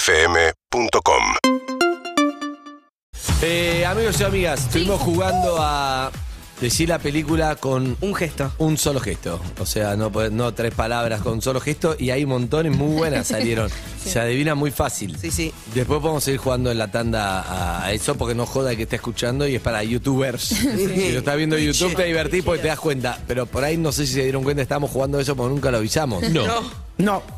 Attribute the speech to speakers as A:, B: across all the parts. A: UrbanaPlayFM.com
B: Eh, amigos y amigas, estuvimos jugando a decir la película con
C: Un gesto.
B: un solo gesto. O sea, no, poder- no tres palabras, con un solo gesto. Y hay montones muy buenas salieron. Se adivina muy fácil.
C: Sí, sí.
B: Después podemos ir jugando en la tanda a- a eso porque no joda el que está escuchando y es para youtubers. Si lo estás viendo en YouTube te divertís porque te das cuenta. Pero por ahí no sé si se dieron cuenta, estábamos jugando eso porque nunca lo avisamos.
D: No.
E: No.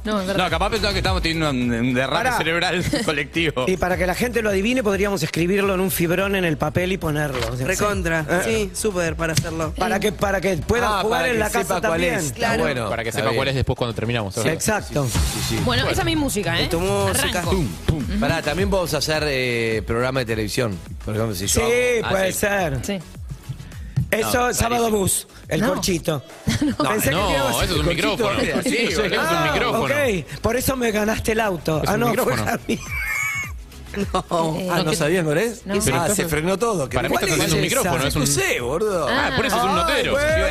F: No, es verdad.
D: No, capaz pensaba que estamos teniendo un, un derrame
E: Pará.
D: cerebral colectivo.
E: Y para que la gente lo adivine, podríamos escribirlo en un fibrón en el papel y ponerlo. O sea,
C: Recontra.
E: Eh,
C: Sí, súper para hacerlo.
E: Para que, para que puedan
B: Ah,
E: jugar
B: para
E: en
B: que
E: la
B: sepa
E: casa
B: cuál
E: también.
B: es. Está
C: Claro.
B: bueno,
G: Para que
B: está
G: sepa
B: bien.
G: cuál es después cuando terminamos.
E: Sí, Exacto.
F: Bueno, esa es mi música, ¿eh?
C: Tu música.
F: Arranco.
D: Pum, pum.
B: Pará, también podemos hacer eh, programa de televisión. Por ejemplo, si yo
E: Sí,
B: hago-
E: puede
D: sí.
E: ser.
F: Sí.
E: Eso, sábado bus, el
F: No.
E: corchito. Pensé que
D: no,
E: te ibas a-
D: eso es un micrófono. Sí, boludo, eso es un
E: Ah,
D: micrófono.
E: ok. Por eso me ganaste el auto.
G: Es
E: ah,
G: un
E: no,
G: micrófono.
E: fue a mí.
F: Eh,
B: Ah, ¿no sabían cuál es?
F: No.
B: Ah, se frenó todo. ¿Qué-
D: Para mí
B: ¿cuál
D: está tocando un micrófono, es
B: No
D: un-
B: sé, boludo.
D: Ah, por eso es un notero.
B: güey.
D: Pero-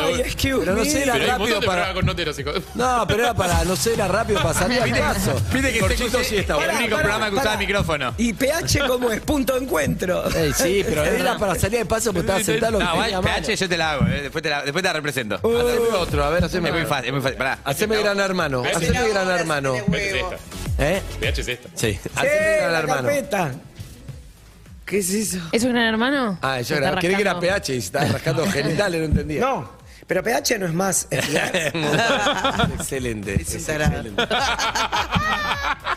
E: Ay, excuse
B: Pero no
E: me.
B: sé, era
D: Pero
B: rápido
D: hay un montón de
B: para...
D: programas con noteros, hijo.
B: No, pero era para, no sé, era rápido para salir al paso.
D: Viste que
B: Corchito sí está
D: El
B: bueno.
D: único programa que usaba micrófono.
E: Y PH como es punto de encuentro.
B: Ey, sí, pero era para salir al paso porque estaba sentado lo que
D: No,
B: tenía
D: igual,
B: a mano.
D: PH yo te la hago, eh, después te la, después te la represento.
B: Haceme otro, a ver,
D: es
B: haceme.
D: muy fácil, es muy fácil. Pará.
B: Haceme gran hermano.
G: Haceme
B: Haceme gran hermano.
D: Es esta.
B: ¿Eh?
G: PH es esta.
B: Sí.
E: Sí,
B: Haceme gran
E: Eh, la
B: hermano.
E: carpeta.
C: ¿Qué es eso?
F: ¿Es un gran hermano?
B: Ah, yo
F: Se está
B: era, creí que era
F: rascando.
B: PH y se estaba rascando genitales, no entendía.
E: No, pero PH no es más.
B: excelente.
C: Es un tarado.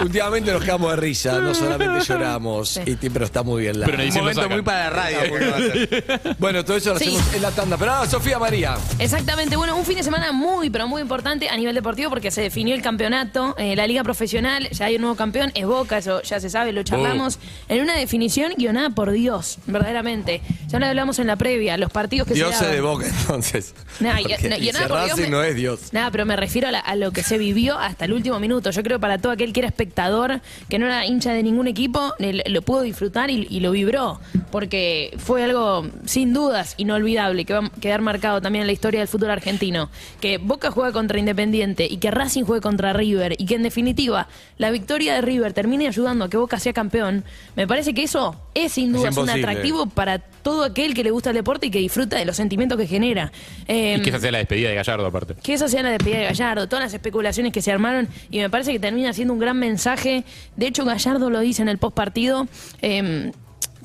B: Últimamente nos quedamos de risa, no solamente lloramos, y, ti- pero está muy bien la.
G: Pero no
D: Un
G: dicen, lo
D: momento
G: sacan.
D: muy para la
E: Ah,
D: radio.
B: Bueno, todo eso lo
F: Sí.
B: hacemos en la tanda. Pero ahora, Sofía María.
F: Exactamente, bueno, un fin de semana muy, pero muy importante a nivel deportivo porque se definió el campeonato, eh, la liga profesional, ya hay un nuevo campeón, es Boca, eso ya se sabe, lo charlamos, en una definición guionada por Dios, verdaderamente. Ya lo hablamos en la previa, los partidos que
B: Dios
F: se
B: se
F: daban.
B: devoca entonces.
F: Nah, y-
B: Porque
F: no, y
B: dice
F: nada, por Dios
B: Racing
F: me-
B: no es Dios.
F: Nada, pero me refiero a, la- a lo que se vivió hasta el último minuto. Yo creo para todo aquel que era espectador, que no era hincha de ningún equipo, el- lo pudo disfrutar y, y lo vibró. Porque fue algo, sin dudas, inolvidable, que va a quedar marcado también en la historia del fútbol argentino. Que Boca juega contra Independiente y que Racing juega contra River. Y que en definitiva, la victoria de River termine ayudando a que Boca sea campeón. Me parece que eso es sin dudas un
B: imposible.
F: atractivo para todo aquel que le gusta el deporte y que disfruta de los sentimientos que genera.
G: Y
F: Em,
G: que esa sea la despedida de Gallardo, aparte.
F: que esa sea la despedida de Gallardo, todas las especulaciones que se armaron, y me parece que termina siendo un gran mensaje. De hecho, Gallardo lo dice en el post partido.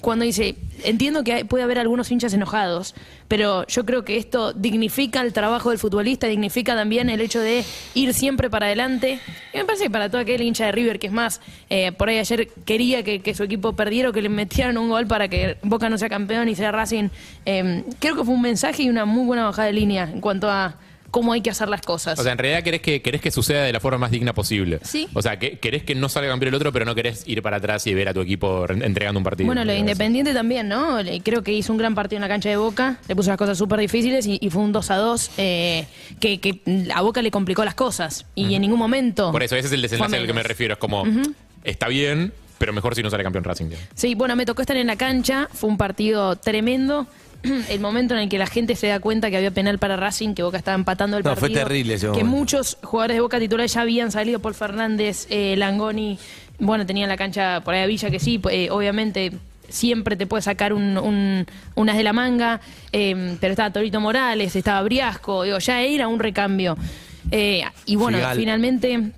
F: cuando dice, entiendo que hay- puede haber algunos hinchas enojados, pero yo creo que esto dignifica el trabajo del futbolista, dignifica también el hecho de ir siempre para adelante. Y me parece que para todo aquel hincha de River, que es más, eh, por ahí ayer quería que, que su equipo perdiera o que le metieran un gol para que Boca no sea campeón y sea Racing, eh, creo que fue un mensaje y una muy buena bajada de línea en cuanto a cómo hay que hacer las cosas.
G: O sea, en realidad querés que, querés que suceda de la forma más digna posible.
F: Sí.
G: O sea, que, querés que no salga campeón el otro, pero no querés ir para atrás y ver a tu equipo re- entregando un partido.
F: bueno, lo de Independiente también, ¿no? Le- Creo que hizo un gran partido en la cancha de Boca, le puso las cosas súper difíciles y, y fue un 2 a 2 eh, que, que a Boca le complicó las cosas y en ningún momento.
G: Por eso, ese es el
F: fue
G: desenlace
F: a
G: al que me
F: menos.
G: refiero. Es como, está bien, pero mejor si no sale campeón Racing. digamos.
F: Sí, bueno, me tocó estar en la cancha, fue un partido tremendo. El momento en el que la gente se da cuenta que había penal para Racing, que Boca estaba empatando el
B: No, fue
F: partido.
B: terrible ese
F: Que
B: momento.
F: muchos jugadores de Boca titulares ya habían salido, Paul Fernández, eh, Langoni, bueno, tenía la cancha por ahí a Villa, que sí, eh, obviamente siempre te puede sacar un, un, un as de la manga, eh, pero estaba Torito Morales, estaba Briasco, digo, ya era un recambio. Eh, y bueno,
B: Figal.
F: finalmente...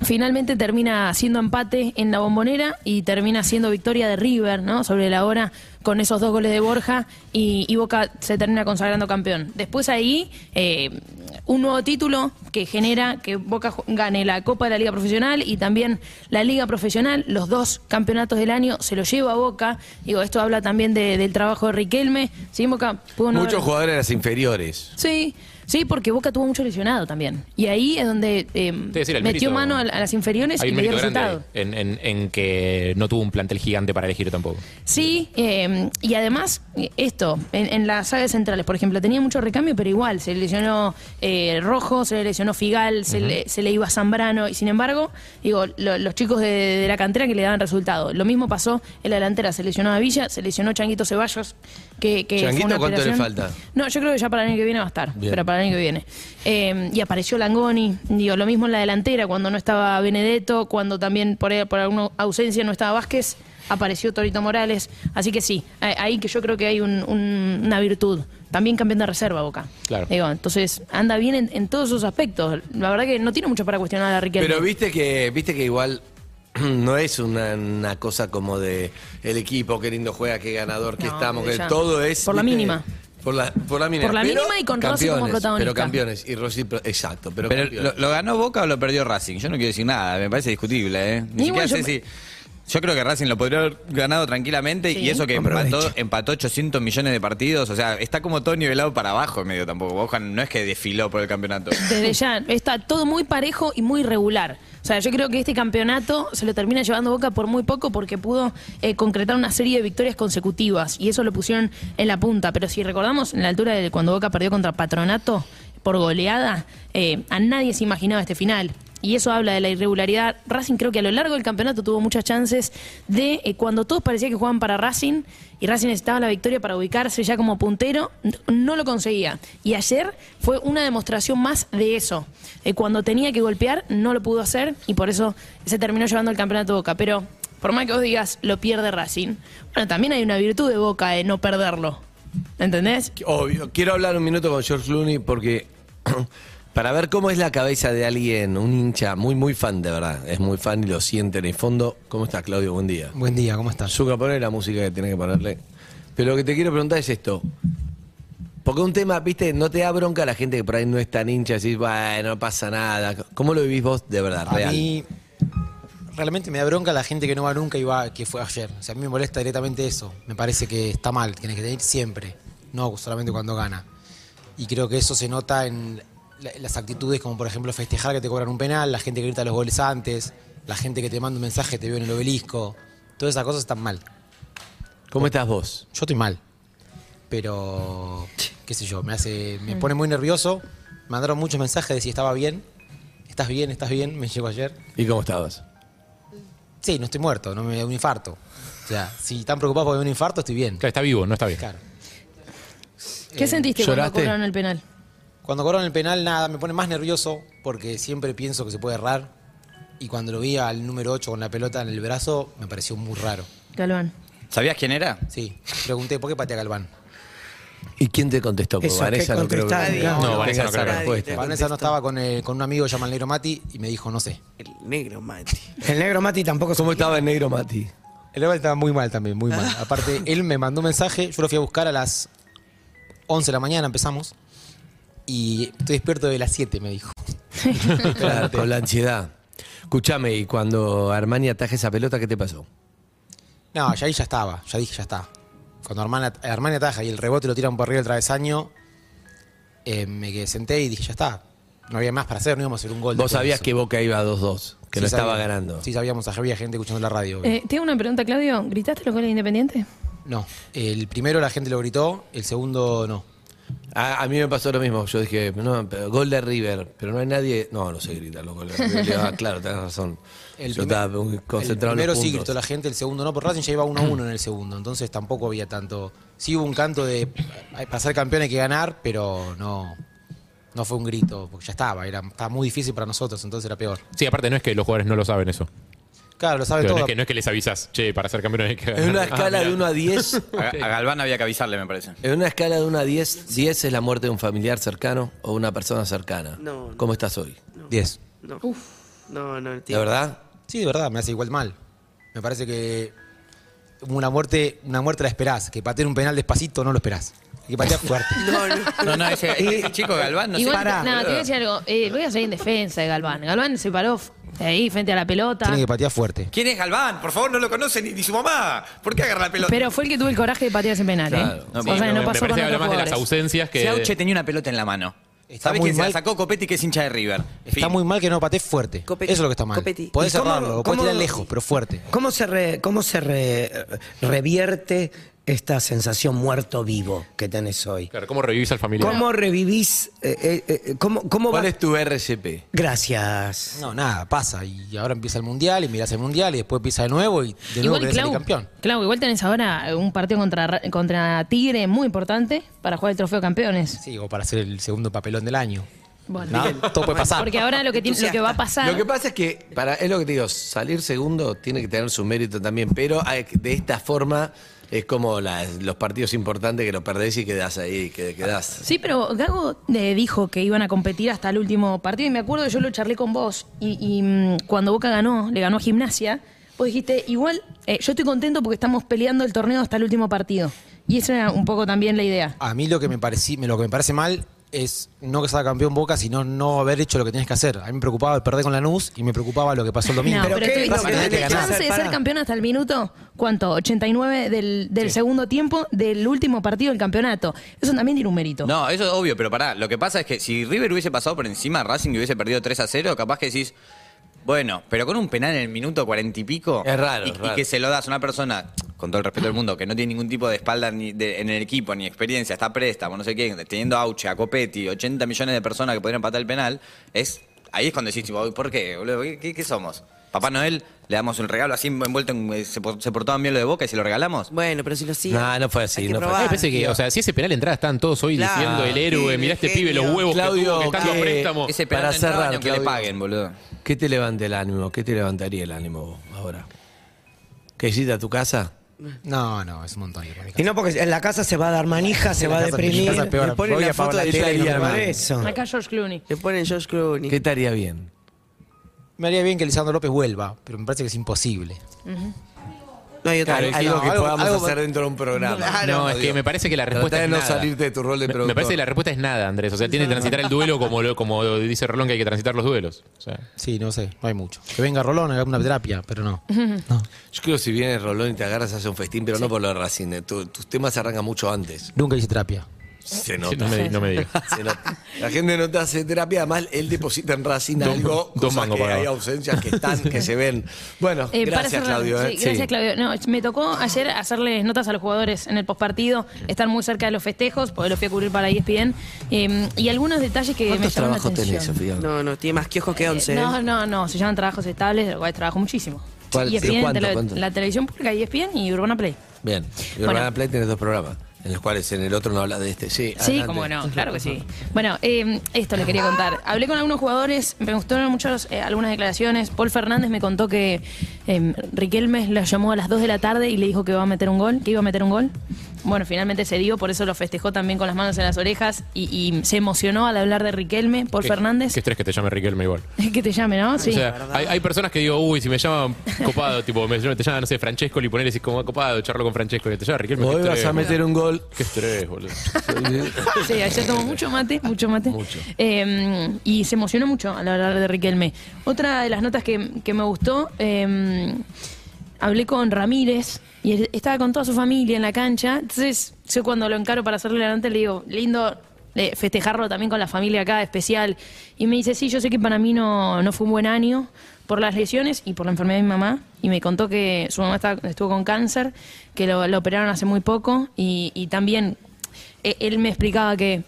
F: Finalmente termina siendo empate en la bombonera y termina siendo victoria de River, ¿no? Sobre la hora con esos dos goles de Borja y, y Boca se termina consagrando campeón. Después ahí, eh, un nuevo título que genera que Boca ju- gane la Copa de la Liga Profesional y también la Liga Profesional, los dos campeonatos del año, se lo lleva a Boca. Digo, esto habla también de- del trabajo de Riquelme. Sí, Boca pudo no
B: Muchos
F: haber-
B: jugadores de las inferiores.
F: Sí, sí, porque Boca tuvo mucho lesionado también. Y ahí es donde eh,
G: Te voy a decir, el
F: metió
G: mérito-
F: mano a, a las inferiores
G: Hay
F: y
G: un
F: le dio
G: mérito grande
F: resultado.
G: ahí, en, en- en que no tuvo un plantel gigante para elegir tampoco.
F: Sí, eh, y además, eh, esto, en, en las sagas centrales, por ejemplo, tenía mucho recambio, pero igual, se le lesionó eh, Rojo, se le lesionó Figal, se, le, se le iba Zambrano, y sin embargo, digo, lo- los chicos de, de la cantera que le daban resultado. Lo mismo pasó en la delantera, se lesionó a Villa, se lesionó Changuito Ceballos, que, que fue
B: ¿Changuito
F: una
B: cuánto le
F: operación-
B: falta?
F: No, yo creo que ya para el año que viene va a estar,
B: Bien.
F: pero para el el año que viene. Eh, y apareció Langoni, digo, lo mismo en la delantera, cuando no estaba Benedetto, cuando también por, eh, por alguna ausencia no estaba Vázquez, apareció Torito Morales. Así que sí, a- ahí que yo creo que hay un- un- una virtud. También campeón de reserva, Boca.
G: Claro.
F: Digo, entonces anda bien en, en todos sus aspectos. La verdad que no tiene mucho para cuestionar a Riquelme.
B: Pero viste que, viste que igual no es una, una cosa como de el equipo, qué lindo juega, qué ganador que
F: No,
B: estamos, que
F: ya.
B: todo es.
F: Por la
B: viste,
F: mínima.
B: Por la, por la mínima.
F: Por la
B: Pero
F: mínima y con Rossi como
B: campeones,
F: protagonista.
B: Pero campeones. Y Rossi, pro- exacto. Pero,
D: Pero
B: campeones.
D: ¿lo, lo ganó Boca o lo perdió Racing? Yo no quiero decir nada, me parece discutible, ¿eh? Ni
F: Igual
D: siquiera sé
F: yo
D: si. Yo creo que Racing lo podría haber ganado tranquilamente
F: Sí.
D: y eso que
E: Con provecho.
D: empató, empató 800 millones de partidos. O sea, está como todo nivelado para abajo medio tampoco. Boca no es que desfiló por el campeonato.
F: Desde ya está todo muy parejo y muy regular. O sea, yo creo que este campeonato se lo termina llevando Boca por muy poco porque pudo eh, concretar una serie de victorias consecutivas y eso lo pusieron en la punta. Pero si recordamos en la altura de cuando Boca perdió contra Patronato por goleada, eh, a nadie se imaginaba este final. Y eso habla de la irregularidad. Racing creo que a lo largo del campeonato tuvo muchas chances de eh, cuando todos parecía que jugaban para Racing y Racing necesitaba la victoria para ubicarse ya como puntero, n- no lo conseguía. Y ayer fue una demostración más de eso. Eh, cuando tenía que golpear, no lo pudo hacer y por eso se terminó llevando el campeonato Boca. Pero por más que vos digas, lo pierde Racing, bueno, también hay una virtud de Boca de no perderlo. ¿Entendés?
B: Obvio. Quiero hablar un minuto con George Clooney porque para ver cómo es la cabeza de alguien, un hincha muy, muy fan de verdad. Es muy fan y lo siente en el fondo. ¿Cómo estás, Claudio? Buen día.
H: Buen día, ¿cómo estás?
B: Zucca, ponle la música que tiene que ponerle. Pero lo que te quiero preguntar es esto. Porque un tema, viste, no te da bronca a la gente que por ahí no es tan hincha, decís, bueno, no pasa nada. ¿Cómo lo vivís vos de verdad,
H: A
B: real?
H: mí realmente me da bronca la gente que no va nunca y va que fue ayer. O sea, a mí me molesta directamente eso. Me parece que está mal, tienes que ir siempre, no solamente cuando gana. Y creo que eso se nota en la- las actitudes como por ejemplo festejar que te cobran un penal, la gente que grita los goles antes, la gente que te manda un mensaje, te veo en el obelisco. Todas esas cosas están mal.
B: ¿Cómo estás vos?
H: Yo estoy mal. Pero, qué sé yo, me hace. me pone muy nervioso. Mandaron muchos mensajes de si estaba bien. Estás bien, estás bien, me llegó ayer.
B: ¿Y cómo estabas?
H: Sí, no estoy muerto, no me dio un infarto. O sea, si están preocupados por me dio un infarto, estoy bien.
G: Claro, está vivo, no está bien.
H: Claro.
F: ¿Qué sentiste
B: ¿lloraste?
F: cuando cobraron el penal?
H: Cuando cobraron el penal, nada, me pone más nervioso porque siempre pienso que se puede errar. Y cuando lo vi al número 8 con la pelota en el brazo, me pareció muy raro.
F: Galván.
D: ¿Sabías quién era?
H: Sí, pregunté por qué patea Galván.
B: ¿Y quién te contestó? Porque
E: Eso,
B: Vanessa
E: ¿qué
B: no creo que
E: contestaste?
B: tenga-
E: No,
G: Vanessa
B: tenga esa
G: no creo que-
B: respuesta.
H: Vanessa no estaba con, el- con un amigo llamado Negro Mati y me dijo, no sé.
C: El negro, Mati.
E: El negro Mati tampoco se
B: ¿Cómo estaba el negro Mati?
H: El Oval estaba muy mal también, muy mal. Aparte, él me mandó un mensaje, yo lo fui a buscar a las 11 de la mañana, empezamos. Y estoy despierto de las 7, me dijo.
B: Claro, con la ansiedad. Escuchame, y cuando Armani ataja esa pelota, ¿qué te pasó?
H: No, ya ahí ya estaba, ya dije, ya está. Cuando Armani, at- Armani ataja y el rebote lo tiran por arriba del travesaño, eh, me quedé- senté y dije, ya está. No había más para hacer, no íbamos a hacer un gol.
B: Vos sabías que Boca iba 2-2, que no estaba ganando.
H: Sí, sabíamos, había gente escuchando la radio. obvio.
F: Eh, tengo una pregunta, Claudio. ¿Gritaste los goles de Independiente?
H: No, el primero la gente lo gritó, el segundo no.
B: A, a mí me pasó lo mismo. Yo dije, no, pero gol de River, pero no hay nadie. No, no se grita los goles de River. Digo, ah, claro, tenés razón.
H: El
B: Yo
H: primer-
B: estaba muy concentrado
H: el
B: en
H: primero
B: los
H: sí
B: puntos.
H: gritó la gente, el segundo no, por Racing ya iba 1 a 1 en el segundo, entonces tampoco había tanto. Sí hubo un canto de "Ay, para ser campeón hay que ganar, pero no no fue un grito, porque ya estaba, era estaba muy difícil para nosotros, entonces era peor.
G: Sí, aparte no es que los jugadores no lo saben eso.
H: Claro, lo sabe
G: Pero no,
H: todo.
G: es que, no es que les avisas, che, para ser campeones hay
B: En
G: que
H: Ah,
B: una
G: ganar". Ah,
B: escala de 1 a 10,
D: A, a Galván había que avisarle, me parece.
B: en una escala de 1 a 10, 10 es la muerte de un familiar cercano o una persona cercana.
C: No, no.
B: ¿Cómo estás hoy?
H: 10.
C: No. No, no, el
B: ¿De
C: tío.
B: verdad?
H: Sí, de verdad, me hace igual mal. Me parece que una muerte, una muerte la esperás, que patear un penal despacito no lo esperás. Hay que patear fuerte.
C: No, no.
D: No, no, ese, ese chico Galván no sé.
F: Igual,
D: Pará.
F: nada, te voy a decir algo. Eh, voy a salir en defensa de Galván. Galván se paró f- ahí frente a la pelota.
H: Tiene que patear fuerte.
D: ¿Quién es Galván? Por favor, no lo conoce ni, ni su mamá. ¿Por qué agarra la pelota?
F: Pero fue el que tuvo el coraje de patear ese penal,
B: Claro.
F: ¿eh?
D: No,
F: o
D: sí,
F: sea,
D: no,
F: no,
G: me
F: pasó
G: parece
F: con
G: que habla
F: otros
G: más de las
F: jugadores.
G: ausencias que.
D: Siauche tenía una pelota en la mano.
H: Está
D: ¿Sabés
H: muy
D: quién se la
H: mal.
D: sacó Copetti, que es hincha de River?
H: Está
D: Fin.
H: muy mal que no patees fuerte.
C: Copetti.
H: Eso es lo que está mal.
C: Copetti.
H: Podés
E: ¿Y cómo-
H: cerrarlo, lo podés
E: cómo-
H: tirar lejos, pero fuerte.
E: ¿Cómo se, re- cómo se re- revierte esta sensación muerto vivo que tenés hoy.
G: Claro, ¿cómo revivís al familiar?
E: ¿Cómo revivís? eh, eh, eh, ¿Cómo, cómo
B: ¿Cuál
E: va-
B: es tu RCP?
E: Gracias.
H: No, nada, pasa. Y ahora empieza el mundial y mirás el mundial y después empieza de nuevo y de nuevo
F: Igual,
H: querés
F: Clau,
H: salir campeón.
F: Clau, igual tenés ahora un partido contra, Ra- contra Tigre muy importante para jugar el trofeo campeones.
H: Sí, o para hacer el segundo papelón del año.
F: Bueno,
H: No, todo puede pasar.
F: porque ahora lo que, tiene- lo que va a pasar.
B: Lo que pasa es que, para, es lo que te digo, salir segundo tiene que tener su mérito también, pero hay- de esta forma es como la- los partidos importantes que lo perdés y quedás ahí, que quedás.
F: Sí, pero Gago eh, dijo que iban a competir hasta el último partido y me acuerdo que yo lo charlé con vos y, y, mm, cuando Boca ganó, le ganó a Gimnasia, vos dijiste, igual eh, yo estoy contento porque estamos peleando el torneo hasta el último partido. Y esa era un poco también la idea.
H: A mí lo que me parecí, lo que me parece mal es no que salga campeón Boca, sino no haber hecho lo que tenías que hacer. A mí me preocupaba el perder con Lanús y me preocupaba lo que pasó el domingo.
F: No, pero,
E: qué
F: tuviste-
E: lindo que
F: tuviste
E: tenés que
F: chance
E: ganar.
F: de ser
E: Pará.
F: campeón hasta el minuto, ¿cuánto? 89 del, del segundo tiempo del último partido del campeonato. Eso también tiene un mérito.
D: No, eso es obvio, pero pará, lo que pasa es que si River hubiese pasado por encima Racing y hubiese perdido 3 a 0, capaz que decís, bueno, pero con un penal en el minuto cuarenta y pico.
B: Es raro,
D: Y,
B: es
D: y
B: raro.
D: que se lo das a una persona, con todo el respeto del mundo, que no tiene ningún tipo de espalda ni de- en el equipo, ni experiencia, está préstamo, no sé qué, teniendo a Auche, a Copetti, 80 millones de personas que podrían empatar el penal, es ahí es cuando decís, tipo, ¿por qué? boludo? ¿Qué, qué- qué somos? Papá Noel, le damos un regalo así envuelto en. eh, Se, por- se portaban bien lo de boca y se lo regalamos.
C: Bueno, pero si lo siguen.
B: No, no fue así,
C: Hay que
B: no fue
G: A mí
C: probar.
G: me parece que, o sea, si ese penal de entrada están todos hoy
C: Claro,
G: diciendo el héroe,
C: sí,
G: mirá este
C: genio.
G: pibe, los huevos que,
B: Claro,
G: tuvo, que están
B: que-
G: a préstamo.
D: Ese penal
B: Para
D: no entraba,
B: cerrar,
D: ni aunque le
B: Claudio.
D: paguen, boludo.
B: ¿Qué te levanta el ánimo? ¿Qué te levantaría el ánimo vos ahora? ¿Que hiciste a tu casa?
H: No, no, es un montón. ir a mi casa.
E: Y no, porque en la casa se va a dar manija, se
H: En
E: va
H: la
E: a
H: casa- en mi
E: deprimir.
H: casa es peor.
E: Le ponen
H: Voy
E: la
H: a
E: foto
H: pagar
E: de
H: la tele y no
E: tele
H: me
E: por
H: mandan.
E: eso.
F: Acá George Clooney.
C: Le ponen George Clooney.
B: ¿Qué te haría bien?
H: Me haría bien que Lisandro López vuelva, pero me parece que es imposible.
C: No hay otra.
B: Claro, es
C: Hay-
B: algo que
H: algo-
B: podamos
H: algo-
B: hacer dentro de un programa.
G: No, es que me parece que la
B: Tratá
G: respuesta
B: de
G: es
B: no
G: nada.
B: salirte de tu rol de
G: Me- me,
B: productor.
G: parece que la respuesta es nada, Andrés. O sea, tiene que transitar el duelo como, lo- como dice Rolón que hay que transitar los duelos. O sea,
H: Sí, no sé, no hay mucho. Que venga Rolón, haga una terapia, pero no. no.
B: Yo creo que si viene Rolón y te agarras, hace un festín, pero no por lo de Racine. tus temas arrancan mucho antes.
H: Nunca hice terapia.
B: Se
G: sí,
B: nota.
G: no me, no me digas.
B: Se nota. La gente no te hace terapia, además él deposita en Racing algo,
G: dos
B: cosas
G: mangos
B: que
G: pagaba.
B: hay ausencias que están, que se ven. Bueno,
F: Eh, para
B: gracias
F: cerrar,
B: Claudio.
F: sí,
B: eh.
F: gracias,
B: Sí.
F: Claudio. No, me tocó ayer hacerles notas a los jugadores en el postpartido, estar muy cerca de los festejos, porque los fui a cubrir para E ESPN. eh, y algunos detalles que me
B: ¿Cuántos
F: llamaron la
B: trabajos
F: atención. Eh,
B: tenés, Sofía?
C: No, no, tiene más kioscos que ¿eh? 11.
F: No, no, no, se llaman trabajos estables, de los cuales trabajo muchísimo. E
B: ¿Cuál?
F: ESPN,
B: ¿Pero cuánto,
F: la,
B: cuánto?
F: la televisión pública, ESPN y E Urbana Play.
B: Bien. Y
F: Bueno.
B: Urbana Play tenés dos programas, en los cuales en el otro no hablas de este. Sí,
F: Sí,
B: adelante.
F: como no, claro que sí. Bueno, eh, esto le quería contar. Hablé con algunos jugadores, me gustaron muchas eh, algunas declaraciones. Paul Fernández me contó que eh, Riquelme la llamó a las 2 de la tarde y le dijo que iba a meter un gol, que iba a meter un gol. Bueno, finalmente se dio, por eso lo festejó también con las manos en las orejas y, y se emocionó al hablar de Riquelme, Paul
G: Qué-
F: Fernández.
G: Qué estrés que te llame Riquelme igual.
F: Que te llame, ¿no? Sí.
G: o sea, hay, hay personas que digo, uy, si me llaman copado, tipo, me llaman, te llaman, no sé, Francesco, y ponele, si es como "Ah, copado, charlo con Francesco, y te llama Riquelme.
B: Hoy
G: qué
B: vas a
G: estrés,
B: meter un gol.
G: Qué estrés, boludo.
F: Sí, ayer tomó mucho mate, mucho mate.
G: Mucho.
F: Eh, y se emocionó mucho al hablar de Riquelme. Otra de las notas que, que me gustó, eh, hablé con Ramírez y él estaba con toda su familia en la cancha. Entonces, yo cuando lo encaro para hacerle la nota, le digo, lindo. eh, festejarlo también con la familia acá, especial. Y me dice, sí, yo sé que para mí no, no fue un buen año por las lesiones y por la enfermedad de mi mamá. Y me contó que su mamá estaba- estuvo con cáncer, que lo, lo operaron hace muy poco. Y, y también eh, él me explicaba que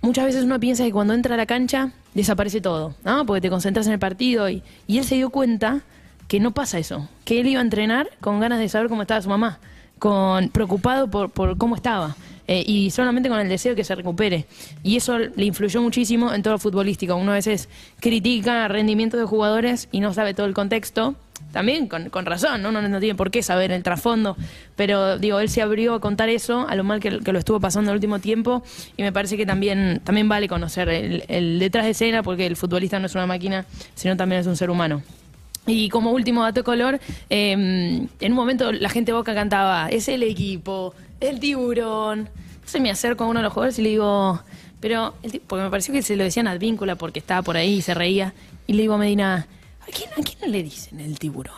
F: muchas veces uno piensa que cuando entra a la cancha desaparece todo, ¿no? Porque te concentras en el partido y, y él se dio cuenta que no pasa eso, que él iba a entrenar con ganas de saber cómo estaba su mamá, con preocupado por, por cómo estaba. eh, y solamente con el deseo de que se recupere. Y eso le influyó muchísimo en todo lo futbolístico. Uno a veces critica rendimientos de jugadores y no sabe todo el contexto. También con, con razón, ¿no? Uno no tiene por qué saber el trasfondo. Pero digo, él se abrió a contar eso, a lo mal que, que lo estuvo pasando el último tiempo. Y me parece que también, también vale conocer el, el detrás de escena, porque el futbolista no es una máquina, sino también es un ser humano. Y como último dato de color, eh, en un momento la gente de Boca cantaba, es el equipo, el tiburón. Entonces me acerco a uno de los jugadores y le digo, pero, el ti- porque me pareció que se lo decían a Advíncula porque estaba por ahí y se reía. Y le digo a Medina, ¿a quién, a quién le dicen el tiburón?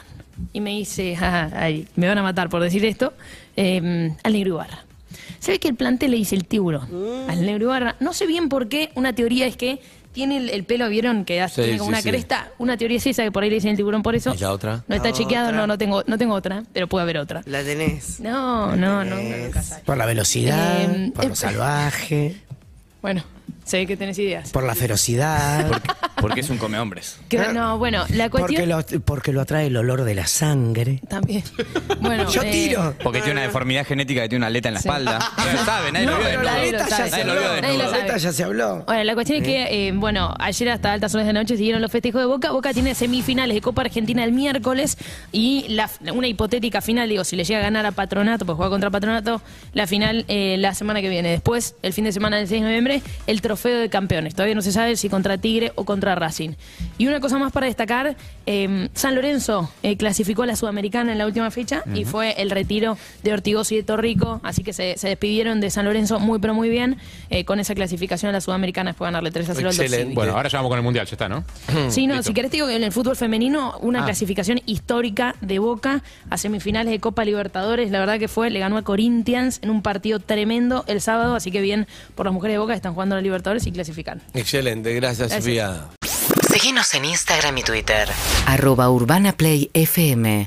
F: Y me dice, "Ah, ay, me van a matar por decir esto, eh, al Negro Ibarra.
B: Mm.
F: Se ve que el plantel le dice el tiburón al Negro Ibarra. No sé bien por qué, una teoría es que tiene el, el pelo, ¿vieron? Que hace
B: Sí,
F: tiene como
B: sí,
F: una
B: sí.
F: cresta. Una teoría es esa, que por ahí le dicen el tiburón por eso.
B: ¿Y la otra?
F: No está
C: La
F: chequeado,
C: otra.
F: no, no tengo, no tengo otra, pero puede haber otra.
C: La tenés.
F: No, no, no, no, nunca sale.
E: Por la velocidad,
F: Em,
E: por lo salvaje,
F: Bueno, sé que tenés ideas.
E: por la ferocidad.
D: Porque es un come hombres.
F: Que- no, bueno, la cuestión...
E: Ah, Porque lo, porque lo atrae el olor de la sangre.
F: También. Bueno,
E: Yo
F: eh,
E: tiro.
D: Porque tiene una deformidad genética que tiene una aleta en la
F: Sí.
D: espalda. Nadie lo sabe, nadie lo
F: No,
D: vio
F: pero
D: desnudo.
F: la aleta ya
D: Nadie
F: se
D: lo vio
F: habló. Nadie
D: desnudo.
F: lo sabe.
E: Zeta ya se habló.
F: Ahora, la cuestión es que, eh, bueno, ayer hasta altas horas de la noche siguieron los festejos de Boca. Boca tiene semifinales de Copa Argentina el miércoles y la, una hipotética final, digo, si le llega a ganar a Patronato, pues juega contra Patronato, la final eh, la semana que viene. Después, el fin de semana del 6 de noviembre, el trofeo de campeones. Todavía no se sabe si contra Tigre o contra Racing. Y una cosa más para destacar, eh, San Lorenzo eh, clasificó a la Sudamericana en la última fecha y fue el retiro de Ortigoz y de Torrico, así que se, se despidieron de San Lorenzo muy pero muy bien eh, con esa clasificación a la Sudamericana después de ganarle 3 a 0 al
B: Excelente.
F: Dosivi.
G: Bueno, ahora ya vamos con el mundial, ya está, ¿no?
F: Sí, no,
G: Listo.
F: si querés te digo que en el fútbol femenino una clasificación histórica de Boca a semifinales de Copa Libertadores, la verdad que fue, le ganó a Corinthians en un partido tremendo el sábado, así que bien por las mujeres de Boca que están jugando a la Libertadores y clasifican.
B: Excelente, gracias,
F: Gracias.
B: Sofía.
I: Seguinos en Instagram y Twitter.
J: arroba urbanaplayfm